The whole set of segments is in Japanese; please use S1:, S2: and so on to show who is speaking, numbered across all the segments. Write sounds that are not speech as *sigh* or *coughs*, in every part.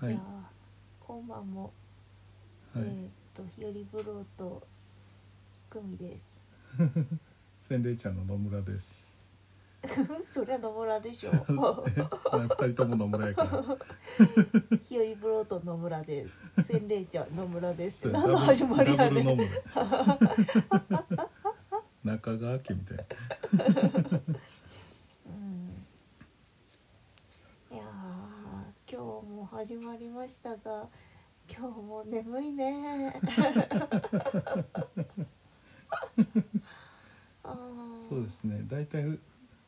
S1: は
S2: じ
S1: い
S2: ゃあ今晩も、
S1: はい
S2: えーっと日和ブローとグミです
S1: 洗礼ちゃんの野村です
S2: *laughs* そりゃ野村でしょ
S1: お前二人とも野村
S2: *laughs*
S1: やから
S2: 日和ブローと野村です洗礼ちゃん野村です
S1: そう
S2: 何の始まり
S1: ダ
S2: や
S1: ブル
S2: ね
S1: ダ
S2: ん *laughs*
S1: ブル野村中川家みたいな
S2: うんいやー今日も始まりましたが今日も眠い
S1: *laughs*
S2: ねあー
S1: そうですね大体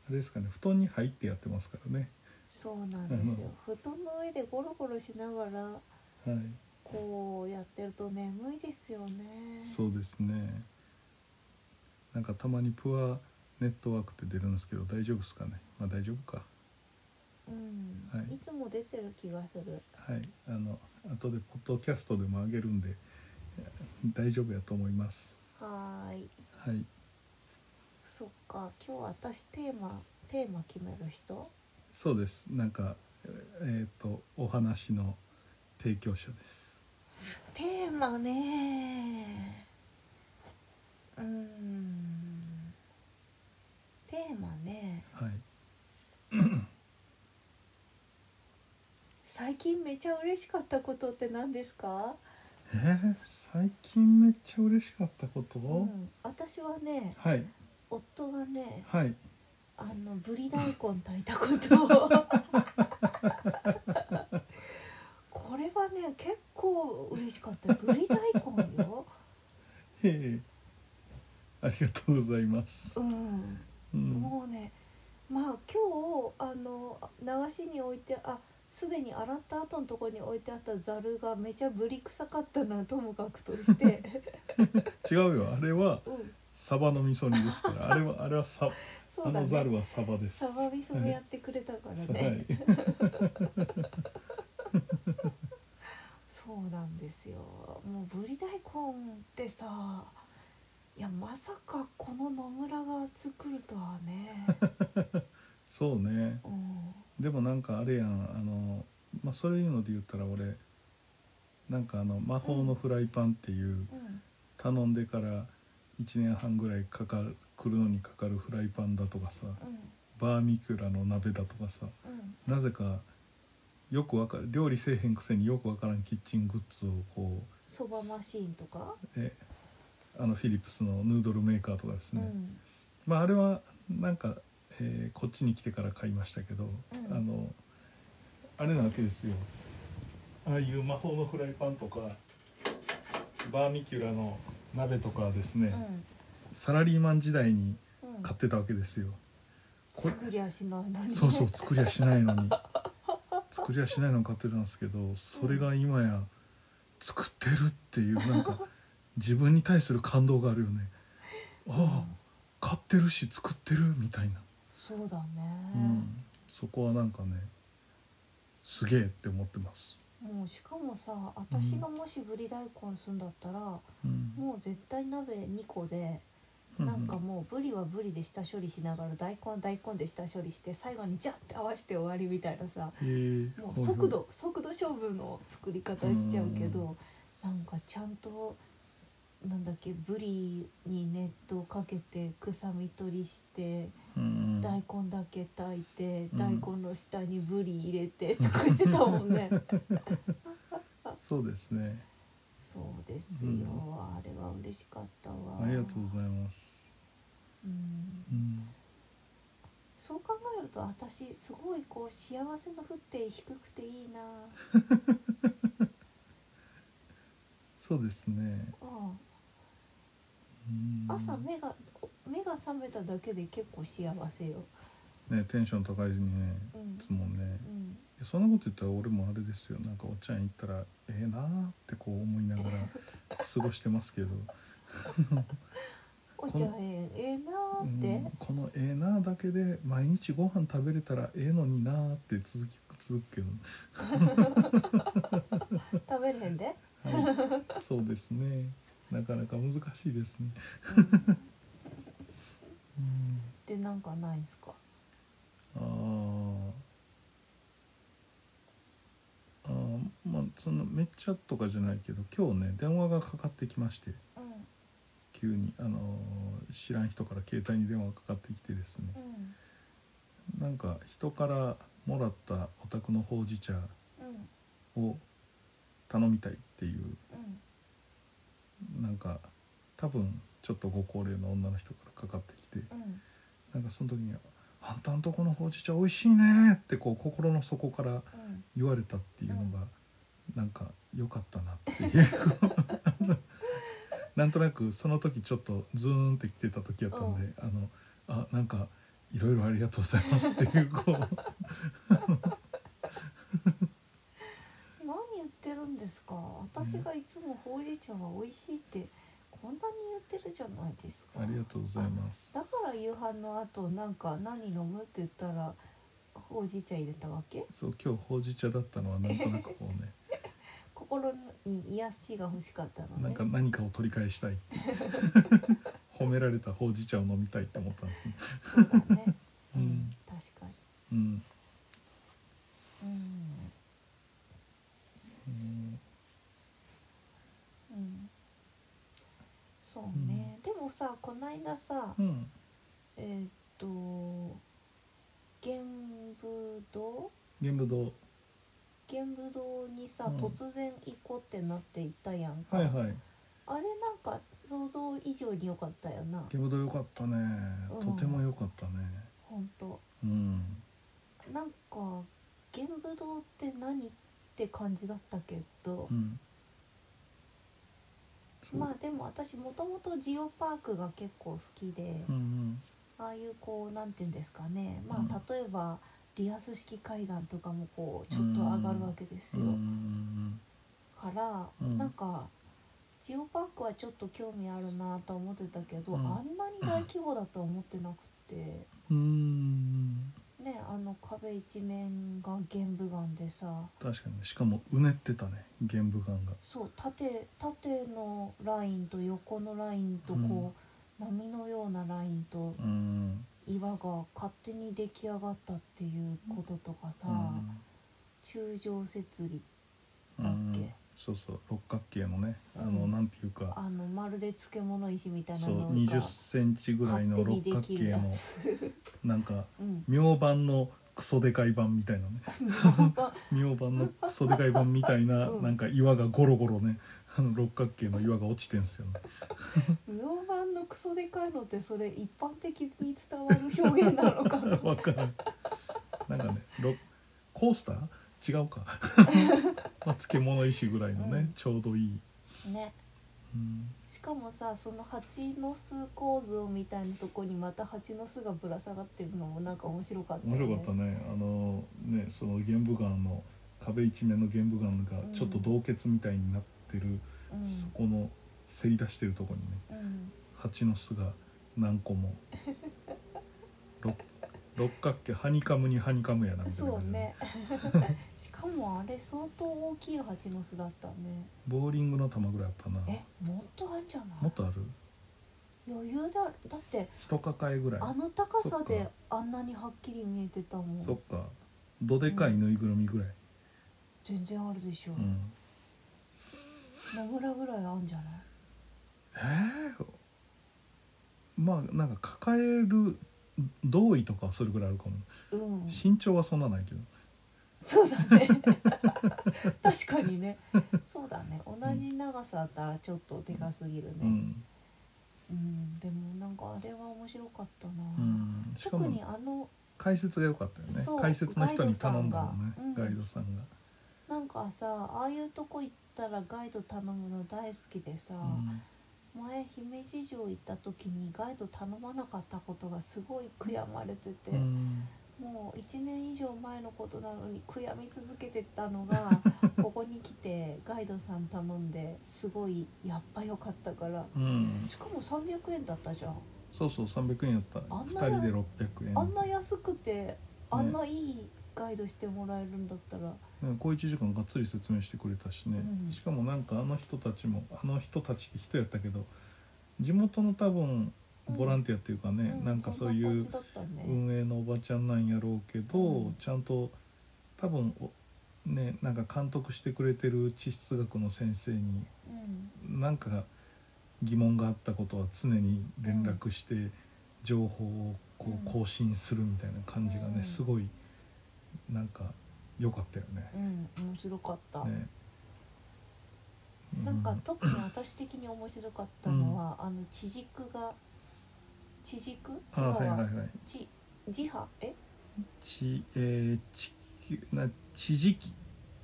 S1: あれですかね布団に入ってやってますからね
S2: そうなんですよ布団の上でゴロゴロしながら
S1: はい
S2: こうやってると眠いですよね
S1: そうですねなんかたまにプアネットワークって出るんですけど大丈夫ですかねまあ大丈夫か
S2: うん
S1: はい
S2: いつも出てる気がする
S1: はいあの後でポッドキャストでも上げるんで大丈夫やと思います
S2: はーい
S1: はい
S2: そっか今日私テーマテーマ決める人
S1: そうですなんかえーっ、とお話の提供者です
S2: テーマねうーんテーマね
S1: はい
S2: 最近めちゃ嬉しかったことって何ですか、
S1: えー、最近めっちゃ嬉しかったこと、
S2: うん、私はね
S1: はい
S2: 夫がね
S1: はい
S2: あのぶり大根炊いたことこれはね結構嬉しかったぶり大根よ、
S1: ええありがとうございます
S2: う、ん、
S1: うん、
S2: もうねまあ今日あの流しに置いてあすでに洗った後のところに置いてあったざるがめちゃぶり臭かったなともかくとして、
S1: *laughs* 違うよあれは
S2: うん、
S1: サバの味噌煮ですからあれはあれはサ、
S2: そ
S1: あ
S2: うだ
S1: のザ
S2: ね
S1: ルはサバです
S2: サバ味噌もやってくれたからね、
S1: はい
S2: そうなんですよもうぶり大根ってさいやまさかこの野村が作るとは
S1: *laughs*
S2: ね、
S1: そうね
S2: うん、
S1: でもなんかあれやんあのまあそういうので言ったら俺なんかあの魔法のフライパンってい
S2: う
S1: う
S2: ん、
S1: 頼んでから1年半ぐらいかかる来るのにかかるフライパンだとかさバーミキュラの鍋だとかさ
S2: うんうん
S1: なぜかよくわかる料理せえへんくせによくわからんキッチングッズをこ
S2: そばマシーンとか、
S1: うえあのフィリップスのヌードルメーカーとかです
S2: う
S1: ね、
S2: ん
S1: まああれはなんか、えーこっちに来てから買いましたけど、
S2: うん
S1: あのあれなわけですよああいう魔法のフライパンとかバーミキュラの鍋とかはですね、
S2: うん
S1: サラリーマン時代に
S2: うん
S1: 買ってたわけですよ、これ
S2: 作りゃしないのに
S1: そうそう作りゃしないの
S2: *laughs*
S1: に作りゃしないのに買ってたんですけどそれが今や作ってるっていうなんか自分に対する感動があるよねああ買ってるし作ってるみたいな
S2: そうだね、
S1: うん、そこはなんかねすげえって思ってます、
S2: もうしかもさ私がもしぶり大根すんだったら、
S1: うん
S2: もう絶対鍋2個でなんかもうぶりはぶりで下処理しながら大根は大根で下処理して最後にジャッて合わせて終わりみたいなさ
S1: うんへえ
S2: もう速度速度勝負の作り方しちゃうけどなんかちゃんとなんだっけぶりに熱湯かけて臭み取りして
S1: うん
S2: 大根だけ炊いて
S1: うん
S2: 大根の下にぶり入れて
S1: *laughs*
S2: とかしてたもんね
S1: そうですね
S2: そうですよ
S1: うん
S2: あれは嬉しかったわ
S1: ありがとうございます、
S2: うん
S1: うん、
S2: そう考えると私すごいこう幸せの振って低くていいな
S1: そうですね、
S2: うん
S1: うん、
S2: 朝目が目が覚めただけで結構幸せよ
S1: ねテンション高いしね
S2: うん
S1: いつもね
S2: うん
S1: いやそんなこと言ったら俺もあれですよなんかおっちゃん行ったらええなーってこう思いながら *laughs* 過ごしてますけど、
S2: お茶ええええな
S1: う
S2: ーって、
S1: ん、この「ええな」だけで毎日ご飯食べれたらええのになーって続き続くけど
S2: 食べれへん *laughs* で、 *laughs*
S1: はい、そうですね。なかなか難しいですね。
S2: うん、
S1: うん、
S2: でなんかないんすか
S1: あーあー、そのめっちゃとかじゃないけど今日ね電話がかかってきまして
S2: うん
S1: 急に、あのー知らん人から携帯に電話がかかってきてですね
S2: うん
S1: なんか人からもらったお宅のほうじ茶
S2: うん
S1: を頼みたいっていう
S2: うん
S1: なんか多分ちょっとご高齢の女の人からかかってきて
S2: うん
S1: なんかその時に「あんたんとこのほうじ茶美味しいね」ってこう心の底から
S2: うん
S1: 言われたっていうのがなんか良かったなっていう *laughs* なんとなくその時ちょっとズーンってきてた時やったんであのあなんかいろいろありがとうございますっていうこう
S2: 何言ってるんですか私がいつもほうじ茶は美味しいってこんなに言ってるじゃないですか
S1: ありがとうございます
S2: だから夕飯の後なんか何飲むって言ったらほうじ茶入れたわけ
S1: そう今日ほうじ茶だったのはなんとなくこうね
S2: 心に癒しが欲しかったのね
S1: なんか何かを取り返したいっていう褒められたほうじ茶を飲みたいって思ったんですね
S2: そうだ
S1: *laughs*
S2: ね
S1: うん
S2: 確か
S1: うん
S2: にうん
S1: うん
S2: うんそうね、でもさこないださ
S1: うん
S2: えーっと玄武堂
S1: 玄武堂
S2: 玄武堂にさ、
S1: うん
S2: 突然行こうってなっていったやんか、
S1: はいはい
S2: あれなんか想像以上に良かったよな
S1: 玄武堂良かったね
S2: うん
S1: とても良かったね
S2: ほんと
S1: うん
S2: なんか玄武堂って何って感じだったけど
S1: う、んそう
S2: まあでも私もともとジオパークが結構好きで、
S1: うん
S2: ああいうこうなんていうんですかねま
S1: うん
S2: あ例えばリアス式階段とかもこうちょっと上がるわけです
S1: うんう
S2: よ、
S1: んうん
S2: から、
S1: うん
S2: なんかジオパークはちょっと興味あるなとは思ってたけど、
S1: うん
S2: あんなに大規模だとは思ってなくて。
S1: うんうん
S2: ね、あの壁一面が玄武岩でさ
S1: 確かにねしかもうねってたね玄武岩が
S2: そう縦縦のラインと横のラインとこう、波のようなラインと
S1: うん
S2: 岩が勝手に出来上がったっていうこととかさ、中上設理
S1: うん
S2: だっ
S1: う
S2: け
S1: んそうそう六角形のねあ
S2: う
S1: の
S2: ん
S1: なんていうか
S2: あのまるで漬物石みたいな
S1: そう
S2: の
S1: 2
S2: が
S1: 0ンチぐらいの
S2: 勝手に
S1: 六
S2: で
S1: 角
S2: きる
S1: 形
S2: や
S1: の
S2: つ
S1: なんか
S2: うん *laughs*
S1: 明版のクソでかい版みたいなね明版のクソでかい版みたいな、
S2: *laughs* うん
S1: なんか岩がゴロゴロねあの六角形の岩が落ちてんすよね
S2: 魚盤のクソでかいのってそれ一般的に伝わる表現なのか
S1: *laughs*
S2: な
S1: わからんなんかねろコースター違うか *laughs* まあ漬物石ぐらいのね、
S2: うん
S1: ちょうどいい、
S2: ね
S1: うん
S2: しかもさその蜂の巣構造みたいなとこにまた蜂の巣がぶら下がってるのもなんか面白かったよ
S1: 面白かったねあのねその玄武岩の壁一面の玄武岩がちょっと洞穴みたいになってる、そこのせり出してるとこにね
S2: うん、うん、
S1: 蜂の巣が何個も六六角形ハニカムにハニカムやなみたいな
S2: そ
S1: 感
S2: う
S1: じで
S2: ねしかもあれ相当大きい蜂の巣だったね
S1: ボーリングの球ぐらいあったな
S2: えもっとあるんじゃない
S1: もっとある
S2: 余裕だだって
S1: 一抱えぐらい
S2: あの高さ
S1: そっ
S2: で
S1: か
S2: あんなにはっきり見えてたも
S1: そっ
S2: ん
S1: かどでかいぬいぐるみぐらい
S2: 全然あるでしょ
S1: うん、
S2: 野村ぐらいあんじゃない
S1: えーまあなんか抱える同意とかはそれぐらいあるか
S2: う
S1: も、
S2: ん
S1: 身長はそんなないけど
S2: そうだね *laughs* 確かにねそうだね同じ長さだったらちょっとでかすぎるね
S1: う
S2: うん、
S1: ん、
S2: でもなんかあれは面白かったな、
S1: うん、しか
S2: 特
S1: も
S2: にあの
S1: 解説が良かったよね
S2: そう
S1: 解説の人に頼んだもんねガ
S2: ガ
S1: イ
S2: イ
S1: ド
S2: ド
S1: さんが、
S2: なんかさああいうとこ行ったらガイド頼むの大好きでさ、
S1: うん
S2: 前姫路城行った時にガイド頼まなかったことがすごい悔やまれてて、
S1: うん
S2: もう1年以上前のことなのに悔やみ続けてたの
S1: *laughs*
S2: がここに来てガイドさん頼んですごいやっぱ良かったから
S1: うん
S2: しかも300円だったじゃん
S1: そうそう300円やった
S2: あんな
S1: 2人で600円
S2: あんな安くてあんないいガイドしてもらえるんだったら、
S1: ね小一時間がっつり説明してくれたしね、
S2: うん
S1: しかもなんかあの人たちもあの人たちって人やったけど地元の多分
S2: うん
S1: ボランティアっていうかね、
S2: うん
S1: なんかそうい
S2: そんな感じ
S1: う
S2: だったね
S1: 運営のおばちゃんなんやろうけど、
S2: うん
S1: ちゃんと多分おねなんか監督してくれてる地質学の先生に
S2: うん
S1: なんか疑問があったことは常に連絡して情報をこう
S2: うん
S1: 更新するみたいな感じが
S2: う
S1: ね
S2: ん
S1: すごいなんか良かったよね。
S2: うん面白かった、
S1: ね
S2: なんか特に私的に面白かったのは、あの地軸が地軸違
S1: う
S2: う
S1: ん、あ
S2: わ、
S1: はいはいはい
S2: 地地波え
S1: 地えー、地球な地磁気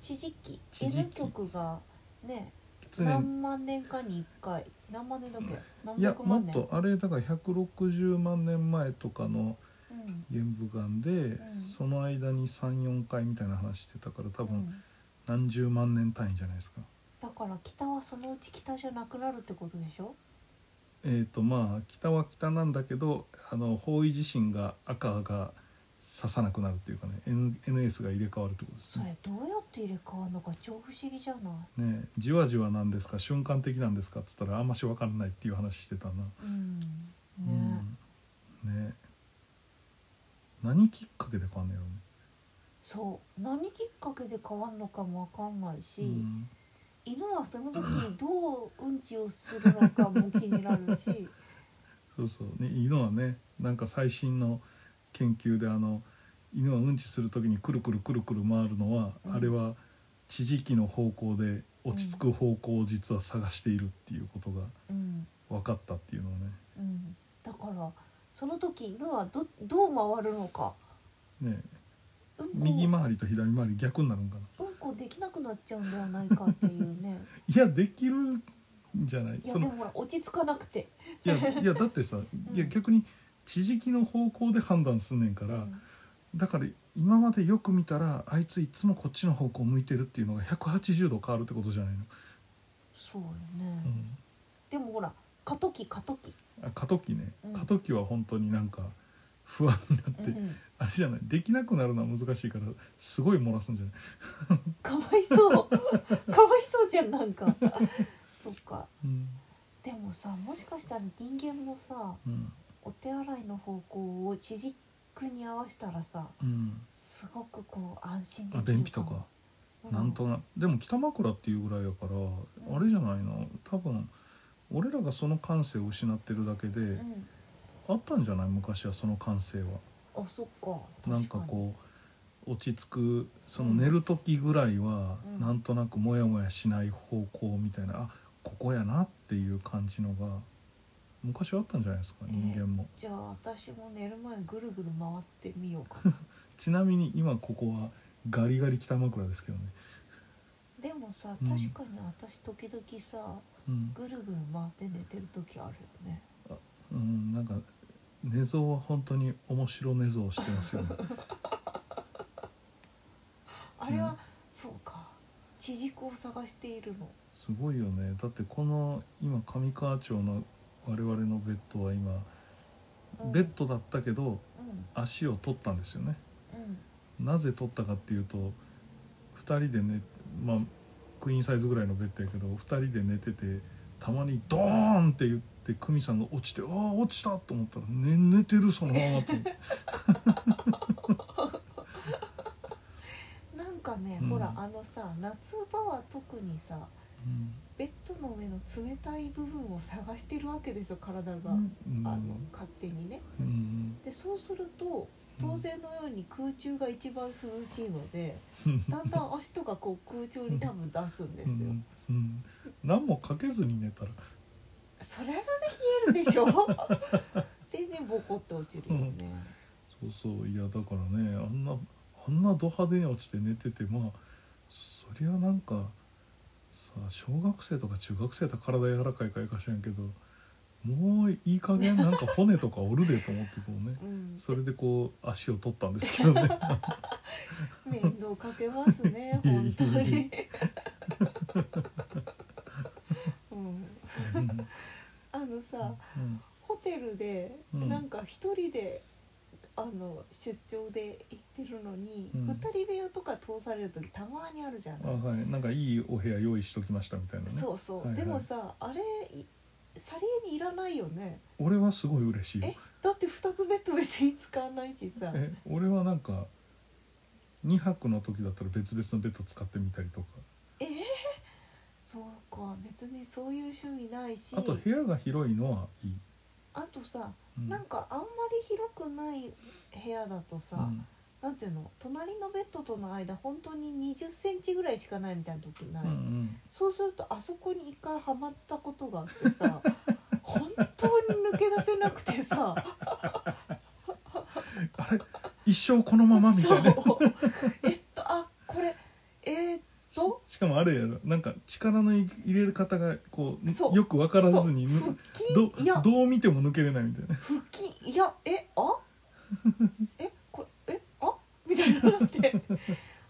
S2: 地磁気
S1: 地磁気
S2: N 局がね
S1: 常に
S2: 何万年かに1回何万年だっけ何
S1: いや
S2: 百
S1: も
S2: 万
S1: っ
S2: 年
S1: とあれだから160万年前とかの
S2: うん
S1: 玄武岩で、
S2: ん
S1: その間に34回みたいな話してたから多
S2: う
S1: 分
S2: ん
S1: 何十万年単位じゃないですか。
S2: だから北はそのうち北じゃなくなるってことでしょ
S1: えー、とまあ北は北なんだけどあの方位地震が赤が刺さなくなるっていうかね N NS が入れ替わるってことです
S2: そ
S1: ね
S2: れどうやって入れ替わるのか超不思議じゃない、
S1: ねえじわじわなんですか瞬間的なんですかっつったらあんまし分かんないっていう話してたな、
S2: うん
S1: う
S2: ね
S1: んねえ何きっかけで変わんねやろね
S2: そう何きっかけで変わるのかもわかんないし、
S1: うん
S2: 犬はその時どううんちをするのかも気になるし
S1: *laughs* そうそうね犬はねなんか最新の研究であの犬はうんちする時にくるくるくるくる回るのは、
S2: うん
S1: あれは地磁気の方向で落ち着く方向を実は探しているっていうことが
S2: うん
S1: 分かったっていうのをね
S2: うんだからその時犬はどどう回るのか
S1: ね
S2: うんこ
S1: 右回りと左回り逆になるんかな
S2: うんこできなくなっちゃうんではないかっていうね
S1: いやできるんじゃない
S2: いや
S1: そ
S2: でも
S1: の
S2: ほら落ち着かなくて、
S1: いやいやだってさ、いや逆に地磁気の方向で判断すんねんから、
S2: うん
S1: だから今までよく見たらあいついつもこっちの方向向いてるっていうのが180度変わるってことじゃないの、
S2: そうよね、
S1: うん
S2: でもほら過渡期過渡期、
S1: あ過渡期ね、
S2: うん
S1: 過渡期は本当になんか不安になって、
S2: うん、
S1: あれじゃないできなくなるのは難しいからすごい漏らすんじゃない、
S2: かわいそうかわいそうじゃんなんかそっか
S1: うん
S2: でもさもしかしたら人間もさ
S1: うん
S2: お手洗いの方向を地軸に合わせたらさ
S1: うん、
S2: すごくこう安心でき
S1: あ
S2: る
S1: 便秘とか、
S2: う
S1: なんとなでも北枕っていうぐらいやから、あれじゃないの多分俺らがその感性を失ってるだけで、
S2: うん
S1: あったんじゃない昔はその感性は。
S2: あそっか
S1: なん
S2: 確
S1: か
S2: かに
S1: こう落ち着くその寝る時ぐらいは、
S2: うん
S1: なんとなくモヤモヤしない方向みたいなあここやなっていう感じのが昔はあったんじゃないですか
S2: ええ
S1: 人間も、
S2: じゃあ私も寝る前ぐるぐる回ってみようかな
S1: ちなみに今ここはガリガリ北枕ですけどね、
S2: でもさ
S1: うん
S2: 確かに私時々さ
S1: うん
S2: ぐるぐる回って寝てる時あるよね
S1: うん、なんか寝相は本当に面白寝相してま
S2: *laughs*
S1: すよね
S2: あれは、
S1: うん
S2: そうか地軸を探しているの
S1: すごいよねだってこの今上川町の我々のベッドは今、
S2: うん
S1: ベッドだったけど
S2: うん
S1: 足を取ったんですよね
S2: うん
S1: なぜ取ったかっていうと2人で寝まあクイーンサイズぐらいのベッドやけど2人で寝ててたまにドーンって言って久美さんが落ちて「ああ落ちた!」と思ったら「ね、寝てるそのまま」と思って
S2: なんかね、
S1: うん
S2: ほらあのさ夏場は特にさベッドの上の冷たい部分を探してるわけですよ体が、
S1: うん
S2: あの勝手にね
S1: うん
S2: でそうすると当然のように空中が一番涼しいの
S1: *laughs*
S2: で、
S1: うん
S2: だんだん足とかこう空中に多分出すんです
S1: う
S2: よ、
S1: んうん何もかけずに寝たら
S2: そりゃそれで冷えるでし
S1: *laughs*
S2: ょでねボコって落ちるよね、
S1: そうそういやだからねあんなあんなド派手に落ちて寝ててまあそりゃなんかさ小学生とか中学生とか体柔らかいからかしらんけどもういい加減なんか骨とか折るでと思ってこ
S2: *laughs*
S1: うね
S2: うん、
S1: それでこう足を取ったんですけどね
S2: *laughs* 面倒かけますね
S1: いえいえ
S2: 本当
S1: い
S2: にうん
S1: うん
S2: あのさ、
S1: うん
S2: ホテルで
S1: うん
S2: なんか一人で、あの出張で行ってるのに、
S1: う
S2: 二
S1: ん
S2: 人部屋とか通される時たまにあるじゃない、
S1: あはいなんかいいお部屋用意しときましたみたいなね
S2: そうそう、
S1: はいはい
S2: でもさあれいさりげにいらないよね
S1: 俺はすごい嬉しいよ
S2: えだって二つベッド別に使わないしさ
S1: え俺はなんか2泊の時だったら別々のベッド使ってみたりとか
S2: そうか別にそういう趣味ないし
S1: あと部屋が広いのはいい、
S2: あとさ、
S1: うん
S2: なんかあんまり広くない部屋だとさ、
S1: うん
S2: なんていうの隣のベッドとの間本当に2 0センチぐらいしかないみたいな時ない、
S1: うんうん
S2: そうするとあそこに一回はまったことがあって
S1: *laughs*
S2: さ本当に抜け出せなくてさ
S1: あれ一生このままみたいな
S2: そうえっとあこれえーっと
S1: ししかもあれやろなんか力の入れ方がこう
S2: そう
S1: よく分からずに
S2: そう腹
S1: ぬど
S2: 筋いや
S1: どう見ても抜けれないみたいな
S2: 腹筋いやえあ *laughs* えこれえあみたいにな
S1: *laughs*
S2: って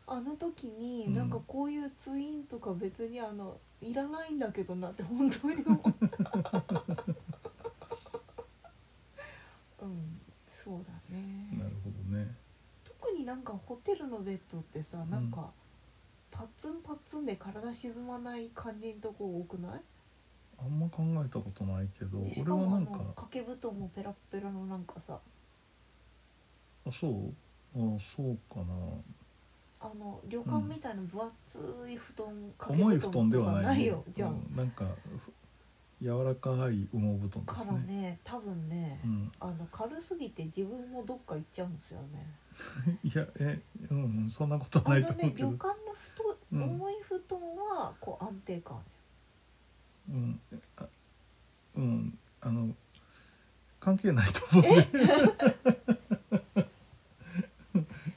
S2: あの時
S1: う
S2: に
S1: ん
S2: なんかこういうツインとか別にあのいらないんだけどなって本当に
S1: *laughs*
S2: 思ううんそうだ
S1: な
S2: ね
S1: るほどね
S2: 特になんかホテルのベッドってさなんかパツンパツンで体沈まない感じのとこ多くない
S1: あんま考えたことないけど
S2: でし
S1: 俺
S2: か
S1: は
S2: も
S1: な
S2: あ
S1: ん
S2: の
S1: か
S2: 掛け布団もペラッペラのなんかさ
S1: あそうあそうかな
S2: あの旅館みたいな分厚い布団、掛け
S1: 重い布団で
S2: とか
S1: はないね
S2: よじゃあ、
S1: うんなんかふ柔らかい羽毛布団で
S2: か
S1: す
S2: ら
S1: ね
S2: ね多分ね、
S1: うん、
S2: あの軽すぎて自分もどっか行っちゃうんですよね
S1: いやえうんうんそんなこと
S2: あ
S1: ない
S2: の
S1: と思う
S2: ね
S1: け
S2: 旅
S1: ど、
S2: 館の布
S1: うん
S2: 団、重い布団はこう安定感
S1: うんあうんあの関係ないと思うんで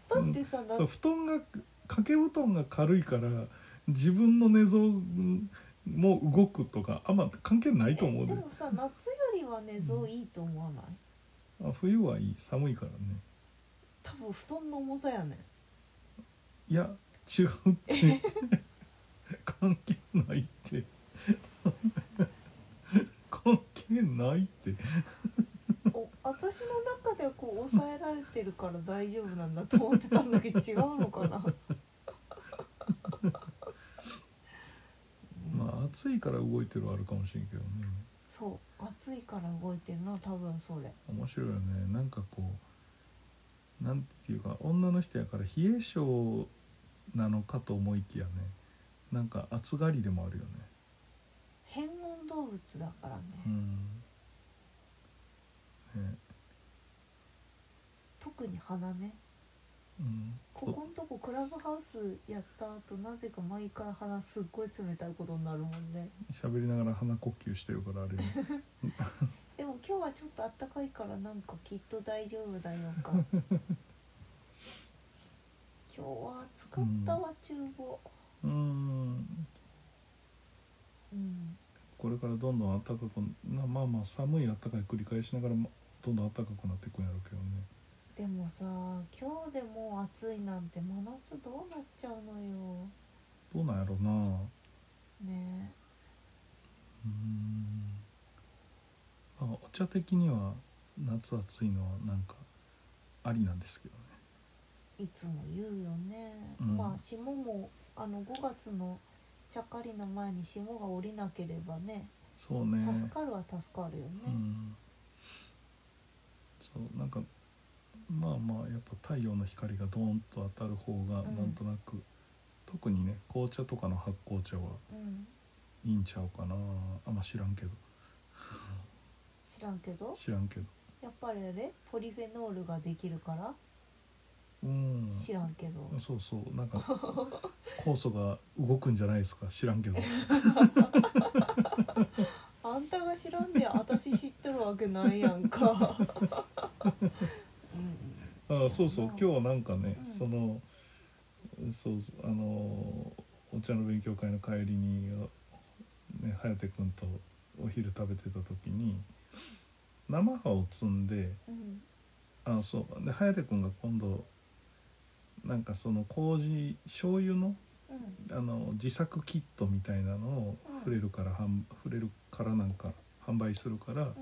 S2: だってさ、な
S1: *laughs* そう布団が掛け布団が軽いから自分の寝相も動くとかあんま関係ないと思
S2: え
S1: う
S2: で
S1: で
S2: もさ夏よりはねそういいと思わない
S1: あ冬はいい寒いからね
S2: 多分布団の重さやね
S1: いや違うって *laughs* 関係ないって *laughs* 関係ないって
S2: お私の中ではこう抑えられてるから大丈夫なんだと思ってたんだけど違うのかな
S1: *laughs* まあ暑いから動いてるはあるかもしれんけどね
S2: そう暑いから動いてるのは多分それ
S1: 面白いよねなんかこうなんていうか女の人やから冷え性なのかと思いきやねなんか暑がりでもあるよね
S2: 変温動物だからね、
S1: うんね
S2: 特に鼻ね
S1: うん
S2: ここんとこクラブハウスやった後なぜか毎回鼻すっごい冷たいことになるもんね
S1: 喋りながら鼻呼吸してるからあれね
S2: でも今日はちょっとあったかいからなんかきっと大丈夫だよ *laughs* か今日は暑かったわ厨房
S1: うん
S2: うん
S1: これからどんどん暖かくなまあまあ寒い暖かい繰り返しながらもどんどん暖かくなっていくんやろうけどね
S2: でもさ今日でもう暑いなんて真夏どうなっちゃうのよ
S1: どうなんやろうな
S2: ね
S1: うんあお茶的には夏暑いのはなんかありなんですけどね
S2: いつも言うよね、
S1: うん
S2: まあ霜もあの5月のちゃっかりの前に霜が降りなければね
S1: そうね
S2: 助かるは助かるよね、
S1: うんそうなんかまあまあやっぱ太陽の光がドーンと当たる方が
S2: うん
S1: なんとなく、特にね紅茶とかの発酵茶は
S2: うん
S1: いいんちゃうかなあんま知らんけど
S2: 知らんけど
S1: 知らんけど
S2: やっぱりあれポリフェノールができるから
S1: うん
S2: 知らんけど、
S1: そうそうなんか酵素が動くんじゃないですか知らんけど
S2: あんたが知らんで私知っとるわけないやんかうん
S1: あそうそう今日はなんかね、
S2: うん
S1: そのそうあのお茶の勉強会の帰りに、ね、颯君とお昼食べてた時に生葉を摘んで
S2: うん
S1: あそうで颯君が今度なんかその麹醤油の
S2: うん
S1: あの自作キットみたいなのを
S2: うん
S1: 触れるから、はん、触れるからなんか販売するから
S2: うん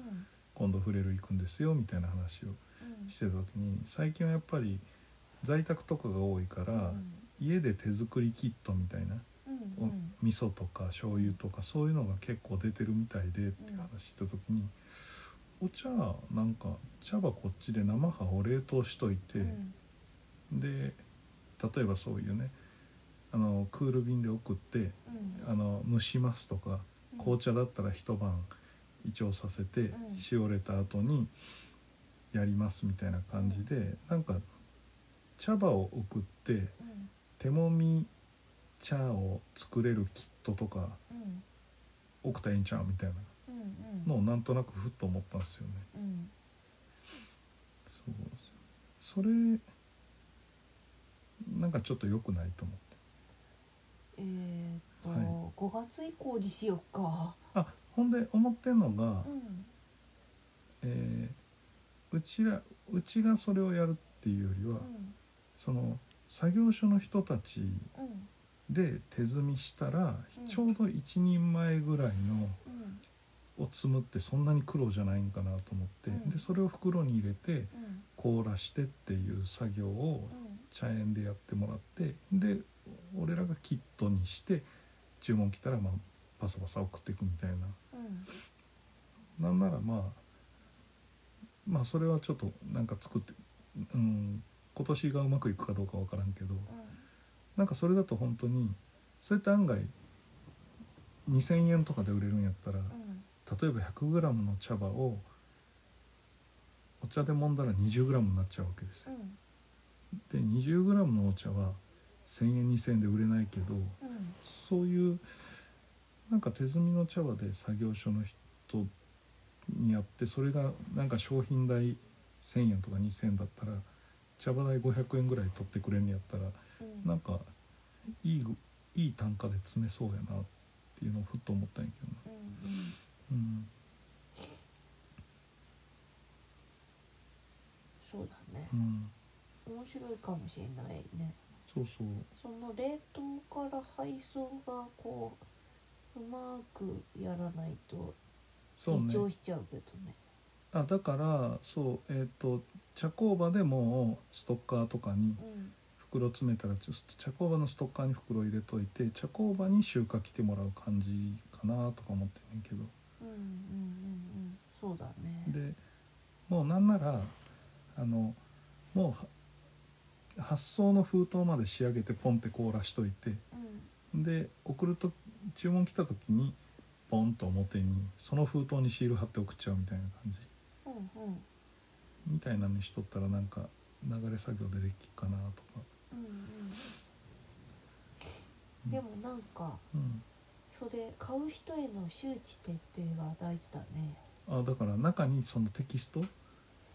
S1: 今度触れる行くんですよみたいな話を
S2: うん
S1: してた時に最近はやっぱり在宅とかが多いから、
S2: うん
S1: 家で手作りキットみたいな、
S2: うんうん
S1: 味噌とか醤油とかそういうのが結構出てるみたいでって話した時に、お茶なんか茶葉こっちで生葉を冷凍しとい
S2: う
S1: て、
S2: ん
S1: で例えばそういうねあのクール便で送って
S2: うん
S1: あの蒸しますとか紅茶だったら一晩一応させて、
S2: うん
S1: しおれた後にやりますみたいな感じで、なんか茶葉を送って
S2: うん
S1: 手もみ茶を作れるキットとか
S2: うん
S1: 送ったらええんちゃうみたいな
S2: うん
S1: のをなんとなくふっと思ったんですよね。
S2: うん
S1: そうそれなんかちょっと良くないと思って
S2: えーっと、
S1: はい
S2: 五月以降にしようか。
S1: あほんで思ってんのが、
S2: うん
S1: えーうちらうちがそれをやるっていうよりは、
S2: うん
S1: その作業所の人たち
S2: うん
S1: で手摘みしたら、
S2: うん
S1: ちょうど一人前ぐらいの
S2: うん
S1: を摘むってそんなに苦労じゃないんかなと思って、
S2: うん
S1: でそれを袋に入れて
S2: うん
S1: 凍らしてっていう作業を
S2: うん
S1: 茶園でやってもらってで俺らがキットにして注文来たらまあパサパサ送っていくみたい
S2: うん
S1: ななんならまあまあそれはちょっとなんか作ってうん今年がうまくいくかどうかわからんけどなんかそれだと本当にそれって案外2,000円とかで売れるんやったら
S2: うん
S1: 例えば 100g の茶葉をお茶で揉んだら 20g になっちゃうわけですよ。
S2: うん
S1: で 20g のお茶は1,000円2,000円で売れないけど
S2: うん
S1: そういうなんか手摘みの茶葉で作業所の人にやってそれがなんか商品代1,000円とか2,000円だったら茶葉代500円ぐらい取ってくれるんやったら
S2: うん
S1: なんかいいぐいい単価で詰めそうやなっていうのをふっと思ったんやけどな。
S2: うん
S1: うん
S2: そうだね
S1: う。ん、
S2: 面白いかもしれないね。
S1: そうそう
S2: その冷凍から配送がこううまくやらないと
S1: そう
S2: 緊
S1: ね
S2: 張しちゃうけどね。
S1: あだからそうえっ、と茶工場でもうストッカーとかに
S2: うん
S1: 袋詰めたらちょ茶工場のストッカーに袋入れといて茶工場に集荷来てもらう感じかなとか思ってんねんけど
S2: うんうんうんうんそうだね。
S1: でもうなんならあのもうは発送の封筒まで仕上げてポンって凍らしといて
S2: うん
S1: で送ると注文来た時にポンと表にその封筒にシール貼って送っちゃうみたいな感じ
S2: うんうん
S1: みたいなのにしとったらなんか流れ作業でできっかなとか、
S2: うんう。
S1: うんん
S2: でもなんか
S1: うん、
S2: それ買う人への周知徹底が大事だね。
S1: あだから中にそのテキスト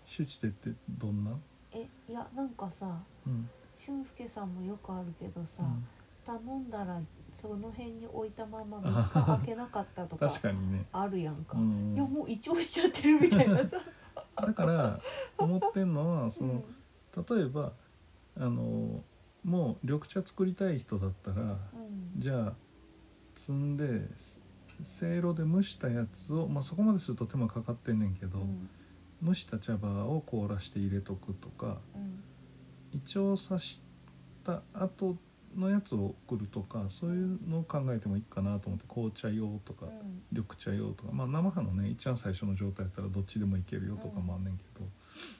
S1: 周知でってどんな、
S2: えいやなんかさ
S1: うん
S2: 俊介さんもよくあるけどさ、
S1: うん
S2: 頼んだらその辺に置いたまま3日開けなかったとか
S1: 確かにね、
S2: あるやんか、
S1: うん
S2: いやもう胃腸しちゃってるみたいなさ
S1: だから思ってんのはその、例えばあのもう緑茶作りたい人だったら
S2: うん
S1: じゃあ摘んでせいろで蒸したやつを、まあ、そこまですると手間かかってんねんけど、
S2: うん
S1: 蒸した茶葉を凍らして入れとくとか
S2: うん
S1: 胃腸さした後のやつを送るとかそういうのを考えてもいいかなと思って紅茶用とか
S2: うん
S1: 緑茶用とか、まあ、生葉のね一番最初の状態だったらどっちでもいけるよとかもあんねんけど、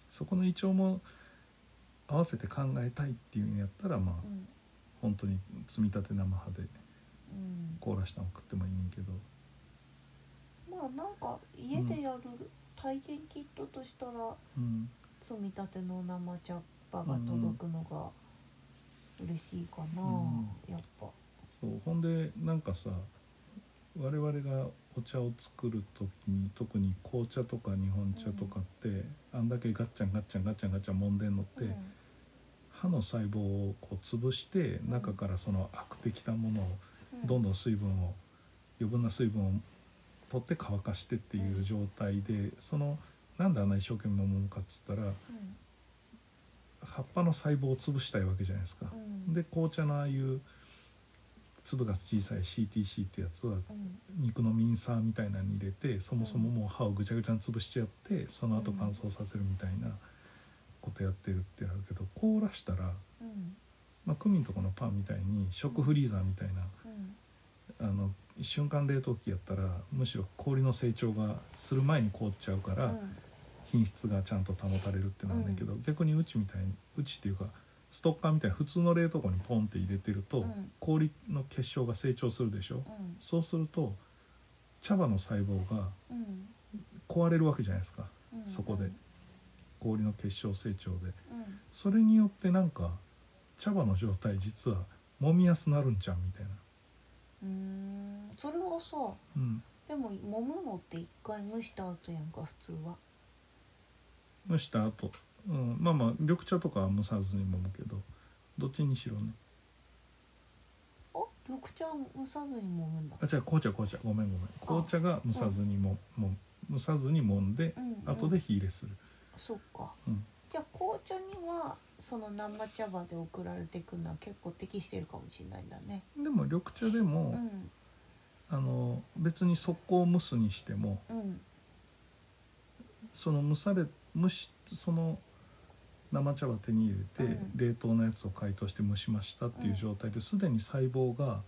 S1: そこの胃腸も合わせて考えたいっていうんやったらまあ
S2: うん
S1: 本当に摘みたて生葉
S2: う
S1: で
S2: ん
S1: 凍らしたの食ってもいいねんけど
S2: まあなんか家でやる体験キットとしたら
S1: うん
S2: 摘みたての生茶葉が届くのが嬉しいかな、
S1: う
S2: やっぱ。
S1: そうほんでなんかさ我々がお茶を作る時に特に紅茶とか日本茶とかって、あんだけガッチャンガッチャンガッチャンガッチャン揉んでんのって、
S2: うん
S1: 歯の細胞をこう潰して中からそのアクてきたものを
S2: うん
S1: どんどん水分を余分な水分を取って乾かしてっていう状態でそのなんであんな一生懸命飲むかっつったら
S2: うん
S1: 葉っぱの細胞を潰したいわけじゃないですか
S2: う。ん
S1: で紅茶のああいう粒が小さい CTC ってやつは
S2: うん
S1: 肉のミンサーみたいなのに入れてそもそももう歯をぐちゃぐちゃに潰しちゃってその後乾燥させるみたいなことやってるってあるけど凍らしたら、
S2: うん
S1: まあ、クミンとこのパンみたいに食フリーザーみたいな
S2: うん
S1: あの瞬間冷凍機やったらむしろ氷の成長がする前に凍っちゃうから、
S2: うん
S1: 品質がちゃんと保たれるってなんだけど、逆にうちみたいにうちっていうかストッカーみたいな普通の冷凍庫にポンって入れてると、
S2: うん
S1: 氷の結晶が成長するでしょ、
S2: うん
S1: そうすると茶葉の細胞が
S2: うん
S1: 壊れるわけじゃないですか
S2: うん
S1: そこで
S2: うん
S1: 氷の結晶成長で
S2: うん
S1: それによってなんか茶葉の状態実は揉みやすなるんちゃうみたいな、
S2: うーんそれはさ
S1: うん、
S2: でも揉むのって一回蒸した後やんか普通は
S1: 蒸した後、うん、まあまあ緑茶とかは蒸さずに揉むけどどっちにしろね
S2: あ緑茶蒸さずに揉むんだ
S1: あ違う紅茶紅茶ごめんごめん紅茶が蒸さずにも、も蒸さずに揉んで
S2: うんうん
S1: 後で火入れする、
S2: そっか
S1: うん、
S2: じゃあ紅茶にはその生茶葉で送られてくるのは結構適してるかもしれないんだね
S1: でも緑茶で
S2: う
S1: も、
S2: ん
S1: あの別に速攻蒸すにしても
S2: うん
S1: その蒸され蒸しその生茶葉手に入れて、
S2: うん
S1: 冷凍のやつを解凍して蒸しましたっていう状態ですでに細胞が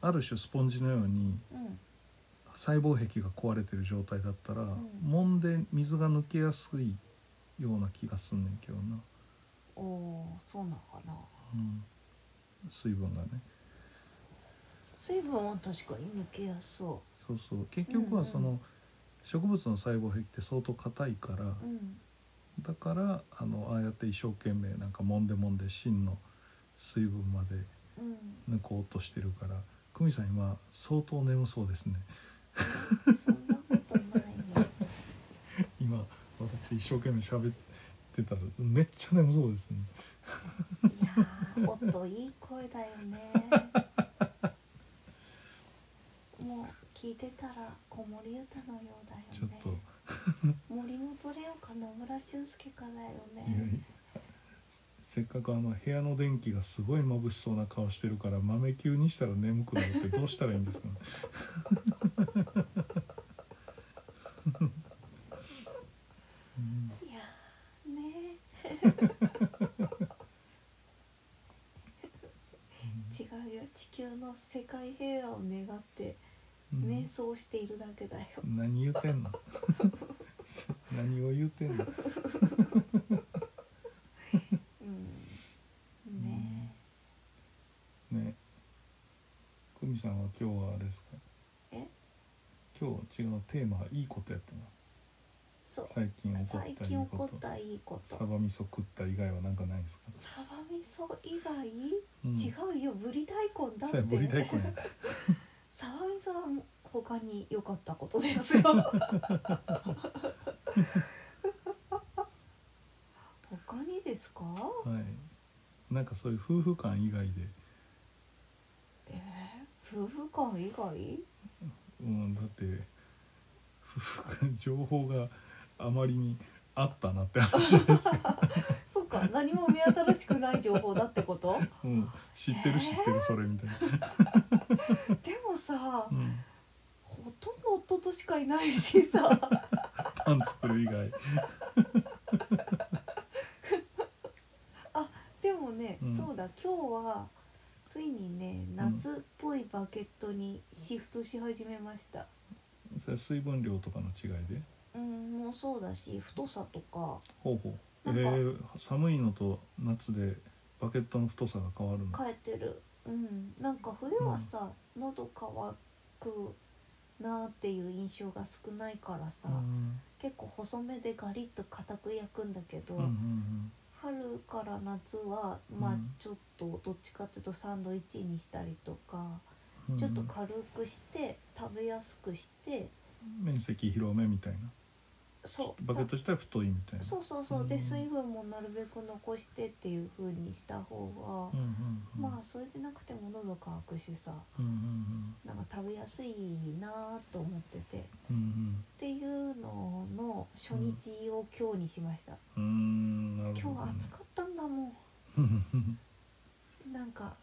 S1: ある種スポンジのように
S2: うん
S1: 細胞壁が壊れてる状態だったら、
S2: ん
S1: 揉んで水が抜けやすいような気がすんねんけどな、
S2: おおーそうなのかな
S1: うん、水分がね
S2: 水分は確かに抜けやすそ
S1: そうそう結局はその、
S2: うん
S1: 植物の細胞壁って相当硬いから、
S2: ううん
S1: だからあのああやって一生懸命なんか揉んで揉んで芯の水分まで
S2: うん
S1: 抜こうとしてるから久美さん今相当眠そうですね
S2: そんなことないよ
S1: 今私一生懸命喋ってたらめっちゃ眠そうですね
S2: いやー音いい声だよね
S1: *laughs*
S2: もう聞いてたら子守歌のようだ
S1: ちょ
S2: よ
S1: っ
S2: ね
S1: と、
S2: 森本レオか野村俊介かだよ
S1: いや
S2: ね
S1: せっかくあの部屋の電気がすごい眩しそうな顔してるから豆球にしたら眠くなるってどうしたらいいんですかねうん
S2: いやーねえ違うよ地球の世界平和を願って
S1: うん
S2: 瞑想しているだけだよ
S1: 何言うてんの何を言うてんの
S2: うんね
S1: ね久美さんは今日はあれですか
S2: ええ
S1: 今日違うテーマはいいことやったな
S2: そう
S1: 最近起こ
S2: 最
S1: ったいい
S2: 近起こ
S1: こ
S2: っ
S1: と
S2: たいいこと
S1: サバ味噌食った以外はなんかないですか、
S2: サバ味噌以外、
S1: うん、
S2: 違うよぶり大根だっ
S1: そうやぶり大
S2: て
S1: 根や
S2: サバ味噌は他に良かったことです
S1: *laughs*
S2: よ他にですか
S1: はいなんかそういう夫婦間以外で
S2: えー、夫婦間以外
S1: うんだって夫婦間情報があまりにあったなって
S2: *laughs*
S1: 話じゃないですか、
S2: そうか何も目新しくない情報だってこと
S1: うん、知ってる知ってるそれみたいな、
S2: でもさ
S1: うん
S2: ほとんど夫としかいないしさ
S1: パン作る以外
S2: でもね、
S1: うん
S2: そうだ今日はついにね夏っぽいバケットにシフトし始めました、
S1: それ水分量とかの違いで
S2: うん、もうそうだし太さとか
S1: ほうほう
S2: な
S1: え
S2: んか
S1: ー、寒いのと夏でバケットの太さが変わるの
S2: 変えてる、うん、なんか冬はさ、喉乾くなーっていう印象が少ないからさ、
S1: うん
S2: 結構細めでガリッと固く焼くんだけど、
S1: うんうん
S2: 春から夏はまあ
S1: うん
S2: ちょっとどっちかっていうとサンドイッチにしたりとか、
S1: うんうん
S2: ちょっと軽くして食べやすくして
S1: 面積広めみたいな
S2: そう
S1: バケット自体太いみたいな
S2: そうそうそう
S1: う
S2: で
S1: ん
S2: 水分もなるべく残してっていう風にした方が、
S1: うんうんうん
S2: まあそれでなくても喉乾くしさ
S1: うんうん
S2: なんか食べやすいなと思っててっ
S1: うんうん
S2: ていうのの初日を今日にしました、
S1: うんうーんなる
S2: 今日
S1: ほど、
S2: は
S1: ね、
S2: 暑かったんだも
S1: *laughs* うんうん
S2: んなんか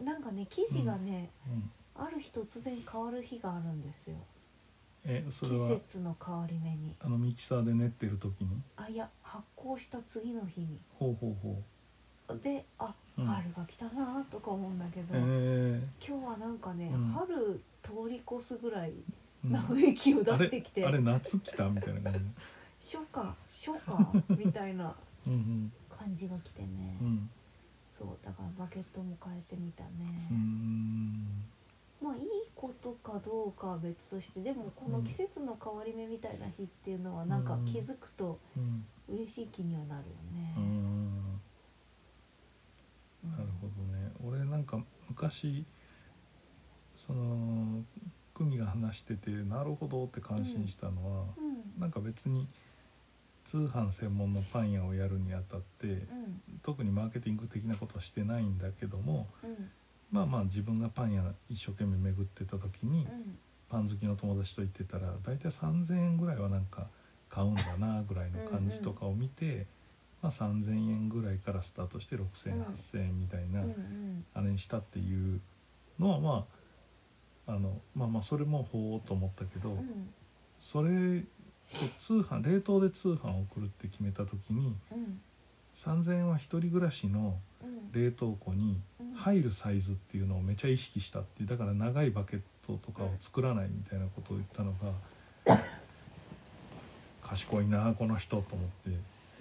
S2: なんかね生地がね、
S1: うん
S2: ある日突然変わる日があるんですよ
S1: えそ
S2: 季
S1: れは
S2: 節の変わり目に
S1: あのミキサーで練ってる時に
S2: あいや発酵した次の日に
S1: ほうほうほ
S2: であ、
S1: うん
S2: 春が来たなとか思うんだけ
S1: う
S2: ど、
S1: えー
S2: 今日はなんかね、
S1: うん
S2: 春通り越すぐらい
S1: うん
S2: な雰囲気を出
S1: あ
S2: してきて、
S1: れあれ夏来たみたいな感じ *laughs*
S2: 初夏初夏みたいな
S1: うん
S2: 感じが来てね、
S1: うんうん
S2: そうだからバケットも変えてみたね、
S1: うーん
S2: まあいいことかどうかは別としてでもこの季節の変わり目みたいな日っていうのはなんか気づくと
S1: うん
S2: 嬉しい気にはなるよね
S1: うー。ん
S2: うん
S1: なるほどね俺なんか昔その組が話しててなるほどって感心したのは、
S2: うん
S1: なんか別に通販専門のパン屋をやるにあたって、
S2: うん
S1: 特にマーケティング的なことはしてないんだけども
S2: うん
S1: まあまあ自分がパン屋一生懸命巡ってた時
S2: う
S1: に、
S2: ん
S1: パン好きの友達と行ってたら大体3,000円ぐらいはなんか買うんだなぐらいの感じとかを見てまあ、3,000円ぐらいからスタートして6,000円、
S2: うん
S1: 8,000円みたいな、
S2: うんうん
S1: あれにしたっていうのはまああのまあまあそれもほうと思ったけど、
S2: うん
S1: それを通販冷凍で通販を送るって決めた時に
S2: うん
S1: 3,000円は一人暮らしの
S2: うん
S1: 冷凍庫に
S2: うん
S1: 入るサイズっていうのをめちゃ意識したってだから長いバケットとかを作らないみたいなことを言ったのが *coughs* 賢いなあこの人と思って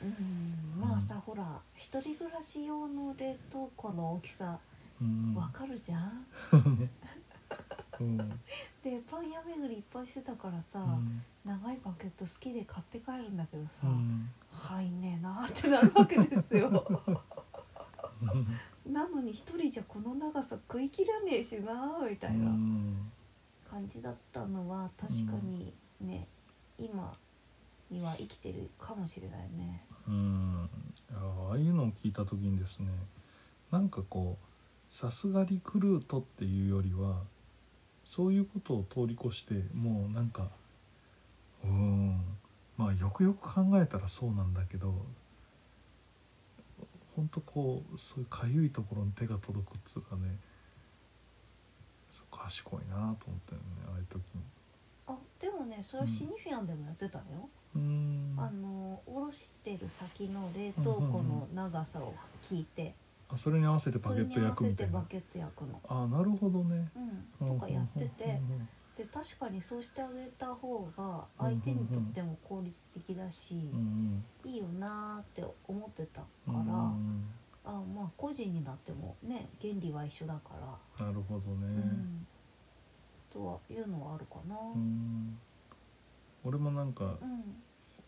S2: うんまあさほら一人暮らし用の冷凍庫の大きさ
S1: うん
S2: わかるじゃん。
S1: うん
S2: でパン屋巡りいっぱいしてたからさ、
S1: うん
S2: 長いバケット好きで買って帰るんだけどさ、
S1: うん
S2: 入んねえなってなるわけですよなのに一人じゃこの長さ食い切らねえしなみたいな
S1: うん
S2: 感じだったのは確かにね、今には生きてるかもしれないね。
S1: うんああいうのを聞いた時にですねなんかこうさすがリクルートっていうよりはそういうことを通り越してもうなんかうーんまあよくよく考えたらそうなんだけどほんとこうそういうかゆいところに手が届くっつうかねそう賢いなと思ったよねああいう時に。
S2: あでもねそれはシニフィアンでもやってたのよ。
S1: うーん
S2: あのおろしてる先の冷凍庫の長さを聞いて、
S1: あそれに合わせてバ
S2: そ
S1: ケ
S2: れ
S1: ッ
S2: に
S1: ト
S2: 合
S1: 焼
S2: わ
S1: く
S2: せ
S1: みた
S2: て
S1: い
S2: バ
S1: な。
S2: ケット焼くの、
S1: あなるほどね。
S2: うん、とかやってて。
S1: うん
S2: で確かにそうしてあげた方が相手にとっても効率的だし、
S1: うん
S2: いいよなーって思ってたか
S1: う
S2: ら、
S1: んうん
S2: あまあ個人になってもね原理は一緒だから、
S1: なるほど
S2: う
S1: ね、
S2: ん、とはいうのはあるかな。
S1: うん俺もなんか
S2: うん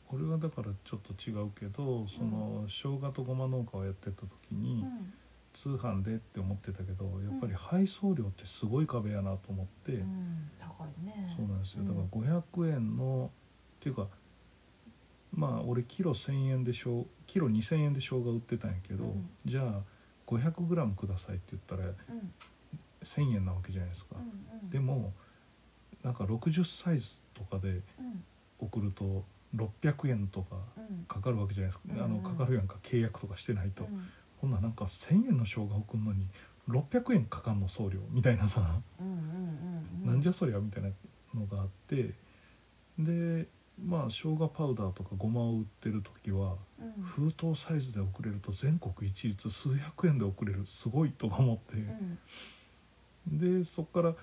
S1: 俺はだからちょっと違うけどその生姜とごま農家をやってた時
S2: う
S1: に
S2: ん
S1: 通販でって思ってたけどやっぱり配送料ってすごい壁やなと思って、
S2: うん、高いね。
S1: そうなんですよだ
S2: うん
S1: から500円のっていうかまあ俺キロ1,000円でしょキロ2,000円で生姜売ってたんやけど、
S2: うん
S1: じゃあ 500g くださいって言った
S2: う
S1: ら
S2: ん
S1: 1,000円なわけじゃないですか。
S2: うんうん
S1: でもなんか60サイズとかで
S2: うん
S1: 送ると600円とか
S2: うん
S1: かかるわけじゃないですか、あ
S2: う
S1: の
S2: ん
S1: かかるやんか契約とかしてないと、
S2: うん
S1: こんなんなんか1,000円の生姜送るのに600円かかんの送料みたいなさ、
S2: うんうんうん
S1: なんじゃそりゃみたいなのがあってでまあ生姜パウダーとかごまを売ってる時は
S2: うん
S1: 封筒サイズで送れると全国一律数百円で送れるすごいとか思って。
S2: うん
S1: でそこから、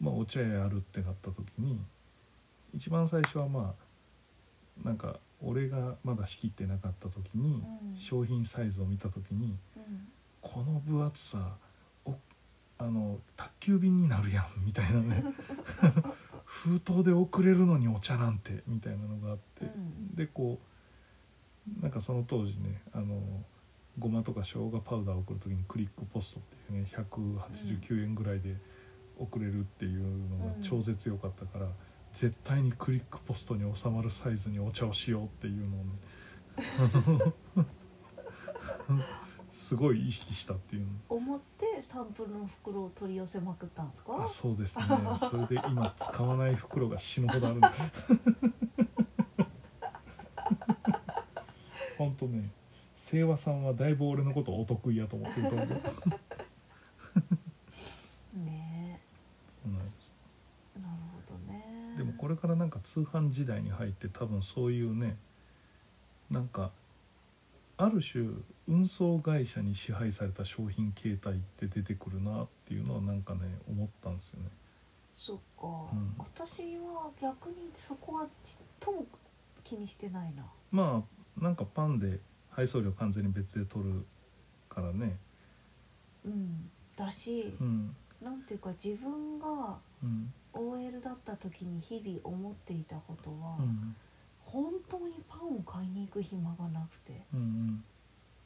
S1: まあ、お茶屋やるってなった時に一番最初はまあなんか俺がまだ仕切ってなかった時に、
S2: うん
S1: 商品サイズを見た時に
S2: うん
S1: この分厚さおあの宅急便になるやんみたいな
S2: *laughs*
S1: ね封筒で送れるのにお茶なんてみたいなのがあって、
S2: うん
S1: でこうなんかその当時ねあのごまとか生姜パウダーを送る時にクリックポストっていうね189円ぐらいで送れるっていうのが
S2: うん
S1: 超絶良かったから、絶対にクリックポストに収まるサイズにお茶をしようっていうのをねあのすごい意識したっていうの
S2: 思ってサンプルの袋を取り寄せまくったんですか
S1: あそうですねそれで今使わない袋が死ぬほどあるんでほんとね清和さんはだいぶ俺のことお得意やと思ってると思う
S2: ね
S1: う
S2: え
S1: ん
S2: なるほどね
S1: でもこれからなんか通販時代に入って多分そういうねなんかある種運送会社に支配された商品形態って出てくるなっていうのはなんかね思ったんですよね。
S2: そっか、
S1: ん
S2: 私は逆にそこはちっとも気にしてないな
S1: まあなんかパンで配送料完全に別で取るからね
S2: うん、だし、
S1: うん
S2: なんていうか自分が
S1: うん、
S2: OL だった時に日々思っていたことは、
S1: うん
S2: 本当にパンを買いに行く暇がなくて
S1: うんうん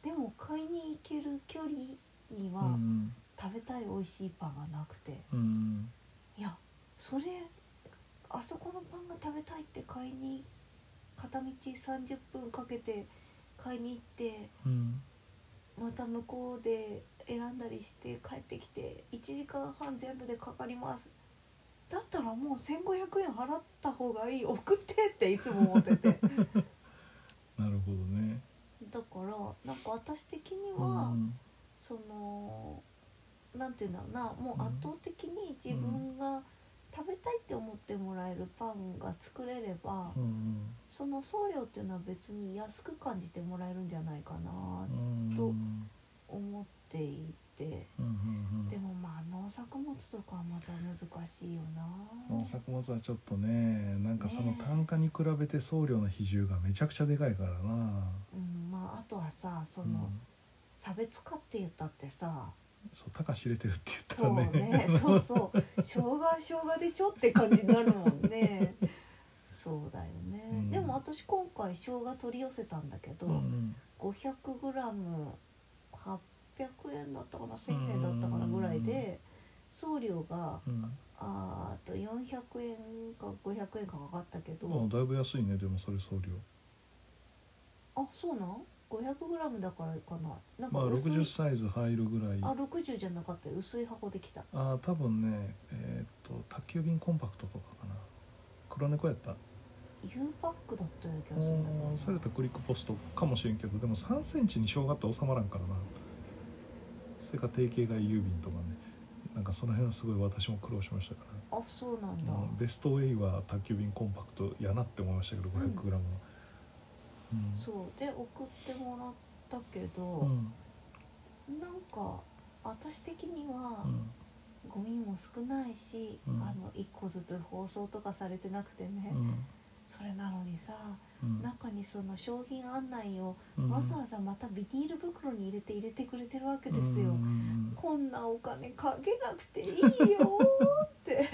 S2: でも買いに行ける距離に
S1: うんう
S2: は
S1: ん
S2: 食べたい美味しいパンがなくて、
S1: うん
S2: いやそれあそこのパンが食べたいって買いに片道30分かけて買いに行って
S1: うん
S2: また向こうで選んだりして帰ってきて1時間半全部でかかりますだったらもう1500円払った方がいい送ってっていつも思ってて *laughs* だか
S1: なるほどね。
S2: らなんか私的に
S1: う
S2: は、
S1: ん
S2: そのなんていうんだろうなも
S1: う
S2: うん圧倒的に自分が食べたいって思ってもらえるパンが作れれば、
S1: うん
S2: その送料っていうのは別に安く感じてもらえるんじゃないかな
S1: うんうん
S2: と思っていて、
S1: うんうん
S2: でもまあ農作物とかはまた難しいよな
S1: 農作物はちょっとねなんかその
S2: ねえ
S1: 単価に比べて送料の比重がめちゃくちゃでかいからな、
S2: うん、まああとはさそ
S1: うん
S2: の、差別化って言ったってさ
S1: そう高知れてるって
S2: そ
S1: 言
S2: う
S1: ったらね
S2: ね
S1: *laughs*
S2: そうそう生姜は生姜でしょって感じになるもんねそうだよね、
S1: うん
S2: でも私今回生姜取り寄せたんだけど、
S1: うん
S2: 500g800 円だったかな1,000円だったかなぐらいで送料が
S1: うん、
S2: あーあと400円か500円かかかったけど、
S1: まあだいぶ安いねでもそれ送料
S2: あそうなん 500g だからかななん
S1: ま
S2: か
S1: あ
S2: 薄い、
S1: 60サイズ入るぐらい
S2: あ60じゃなかったよ薄い箱できた
S1: ああ多分ねえーっと宅急便コンパクトとかかな黒猫やった
S2: U パックだったような気
S1: う
S2: がするんだけど
S1: ん
S2: な
S1: それとクリックポストかもしれんけどでも3センチに生姜って収まらんからなそれか定型外郵便とかねなんかその辺はすごい私も苦労しましたから
S2: あそうなんだ、
S1: うんベストウェイは宅急便コンパクトやなって思いましたけど 500g は、うん
S2: そうで送ってもらったけ
S1: う
S2: ど、
S1: ん
S2: なんか私的には、
S1: うん
S2: ゴミも少ないし、
S1: うん
S2: あの1個ずつ包装とかされてなくてね、
S1: うん
S2: それなのにさ
S1: うん
S2: 中にその商品案内を
S1: うん
S2: わざわざまたビニール袋に入れて入れてくれてるわけです
S1: う
S2: よ、
S1: ん
S2: こんなお金かけなくていいよーって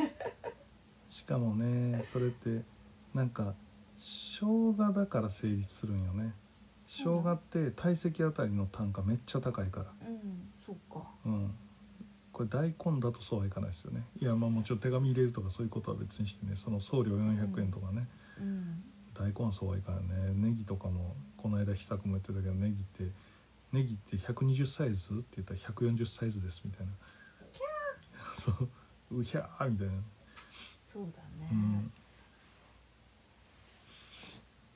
S1: しかもねそれってなんか生姜だから成立するんよね生
S2: そう
S1: 姜
S2: なの
S1: って体積あたりの単価めっちゃ高いから
S2: *laughs* うんそっか
S1: うんこれ大根だとそうはいかないですよねいやまあもちろん手紙入れるとかそういうことは別にしてねその送料400円とかね、
S2: うん
S1: 大根はそうはいかないねネギとかもこの間秘策も言ってたけどネギってネギって120サイズって言ったら140サイズですみたいなキャーそううひゃーみたいな、
S2: そうだね、
S1: うん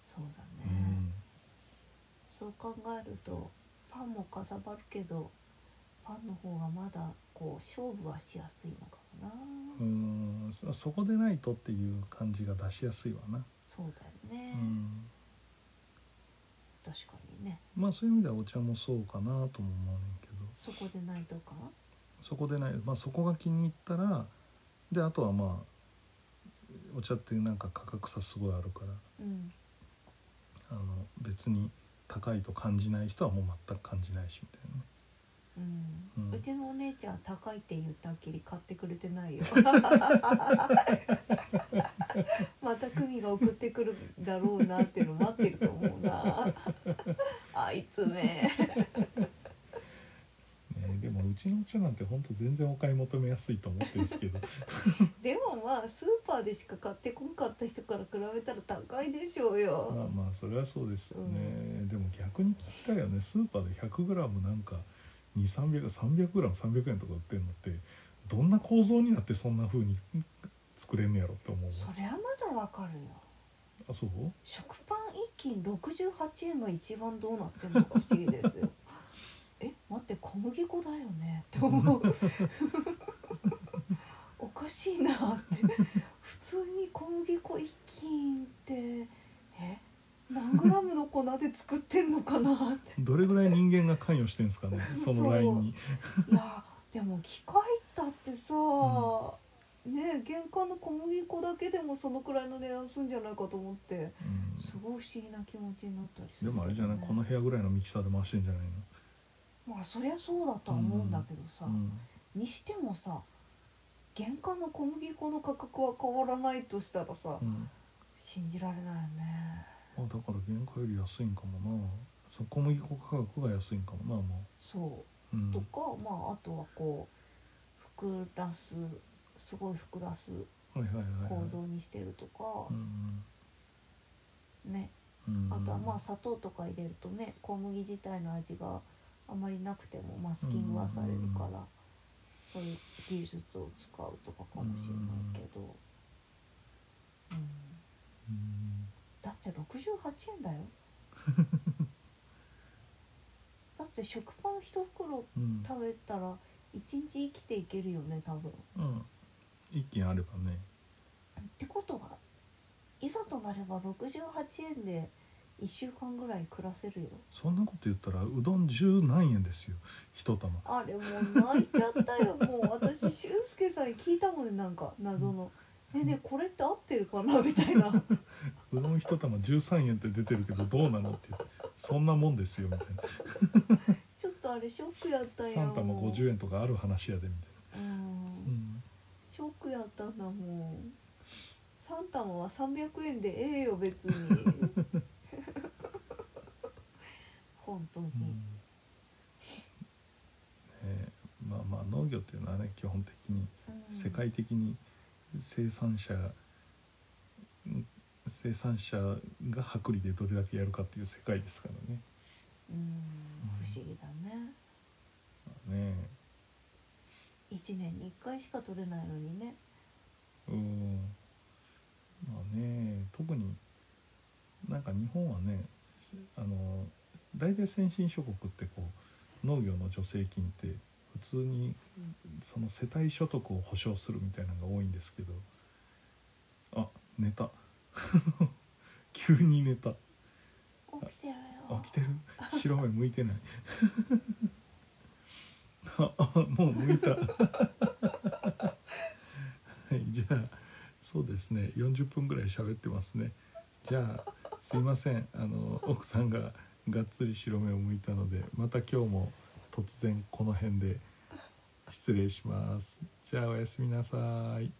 S2: そうだね、
S1: うん
S2: そう考えるとパンもかさばるけどパンの方がまだこう勝負はしやすいのかもな、
S1: うーんそそこでないとっていう感じが出しやすいわな、
S2: そうだよね、
S1: うん、
S2: 確かにね
S1: まあそういう意味ではお茶もそうかなとも思うねんけど
S2: そこでないとか
S1: そこでない、まあ、そこが気に入ったらであとはまあお茶ってなんか価格差すごいあるから
S2: うん
S1: あの別に高いと感じない人はもう全く感じないしみたいなね
S2: うん、
S1: う
S2: うんちのお姉ちゃん高いって言ったっきり買ってくれてないよまた組が送ってくるだろうなっていうの待ってると思うなあいつめ
S1: ねえでもうちのお茶なんてほんと全然お買い求めやすいと思ってるんです *laughs* けど
S2: でもまあスーパーでしか買ってこんかった人から比べたら高いでしょう
S1: まあ
S2: よ、
S1: まあそれはそうですよね、でも逆に聞きたいよねスーパーで 100g なんか2300300g300 円とか売ってるのってどんな構造になってそんな風に作れんのやろって思うわ
S2: そりゃまだわかるよ
S1: あそう
S2: 食パン一斤68円が一番どうなってるのか不思議 *laughs* ですよえ待って小麦粉だよねって思うおかしいなって普通に小麦粉一斤ってえ何グラムの粉で作ってんのかなって
S1: どれぐらい人間が関与してんすかね *laughs* そのラインに
S2: いやでも機械だってさ、ねえ玄関の小麦粉だけでもそのくらいの値段するんじゃないかと思って
S1: うん
S2: すごい不思議な気持ちになったりす
S1: で
S2: る、
S1: もあれじゃないこの部屋ぐらいのミキサーで回してんじゃないの
S2: まあそりゃそうだとは思うんだけどさ、
S1: うん
S2: にしてもさ原価の小麦粉の価格は変わらないとしたらさ、
S1: うん
S2: 信じられないよね
S1: まあ、だから原価より安いんかもなそ小麦粉価格が安いんかもなも、
S2: そう
S1: う
S2: うと
S1: ん、
S2: か、まああとはこうふくらすすごいふくらす
S1: はいはいはい
S2: 構
S1: はい
S2: 造にしてるとか
S1: う、ん
S2: ね
S1: うん
S2: あとはまあ砂糖とか入れるとね小麦自体の味があまりなくてもマスキングはされるから、そういう技術を使うとかかもしれないけど、うん
S1: うん
S2: だって68円だよだって食パン一袋
S1: うん
S2: 食べたら一日生きていけるよね多分。
S1: うん一軒あればね
S2: ってことはいざとなれば68円で1週間ぐらい暮らせるよ
S1: そんなこと言ったらうどん十何円ですよ一玉
S2: あれもう泣いちゃったよもう私俊介さんに聞いたもんねなんか謎の「ねえねえこれって合ってるかな?」みたいな
S1: うどん一玉13円って出てるけどどうなのっていうそんなもんですよみたいな
S2: ちょっとあれショックやったんや
S1: 3玉
S2: もう
S1: 50円とかある話やでみたいうな、うんん、
S2: ショックやったんだもん3玉は300円でええよ別 *laughs* に本当に、
S1: うんねえまあまあ農業っていうのはね基本的に
S2: うん
S1: 世界的に生産者うん生産者が薄利でどれだけやるかっていう世界ですからね。
S2: うん不思議だね
S1: まあね
S2: 1年に1回しか取れないのにね
S1: うんまあね特になんか日本はねあの大体先進諸国ってこう農業の助成金って普通にその世帯所得を保障するみたいなのが多いんですけどあ寝た *laughs* 急に寝た
S2: 起きてろよ
S1: あ来てる白目向いて *laughs* ないああもう向いた *laughs* はいじゃあそうですね40分ぐらい喋ってますねじゃあすいませんあの奥さんががっつり白目を向いたのでまた今日も突然この辺で失礼しますじゃあおやすみなさい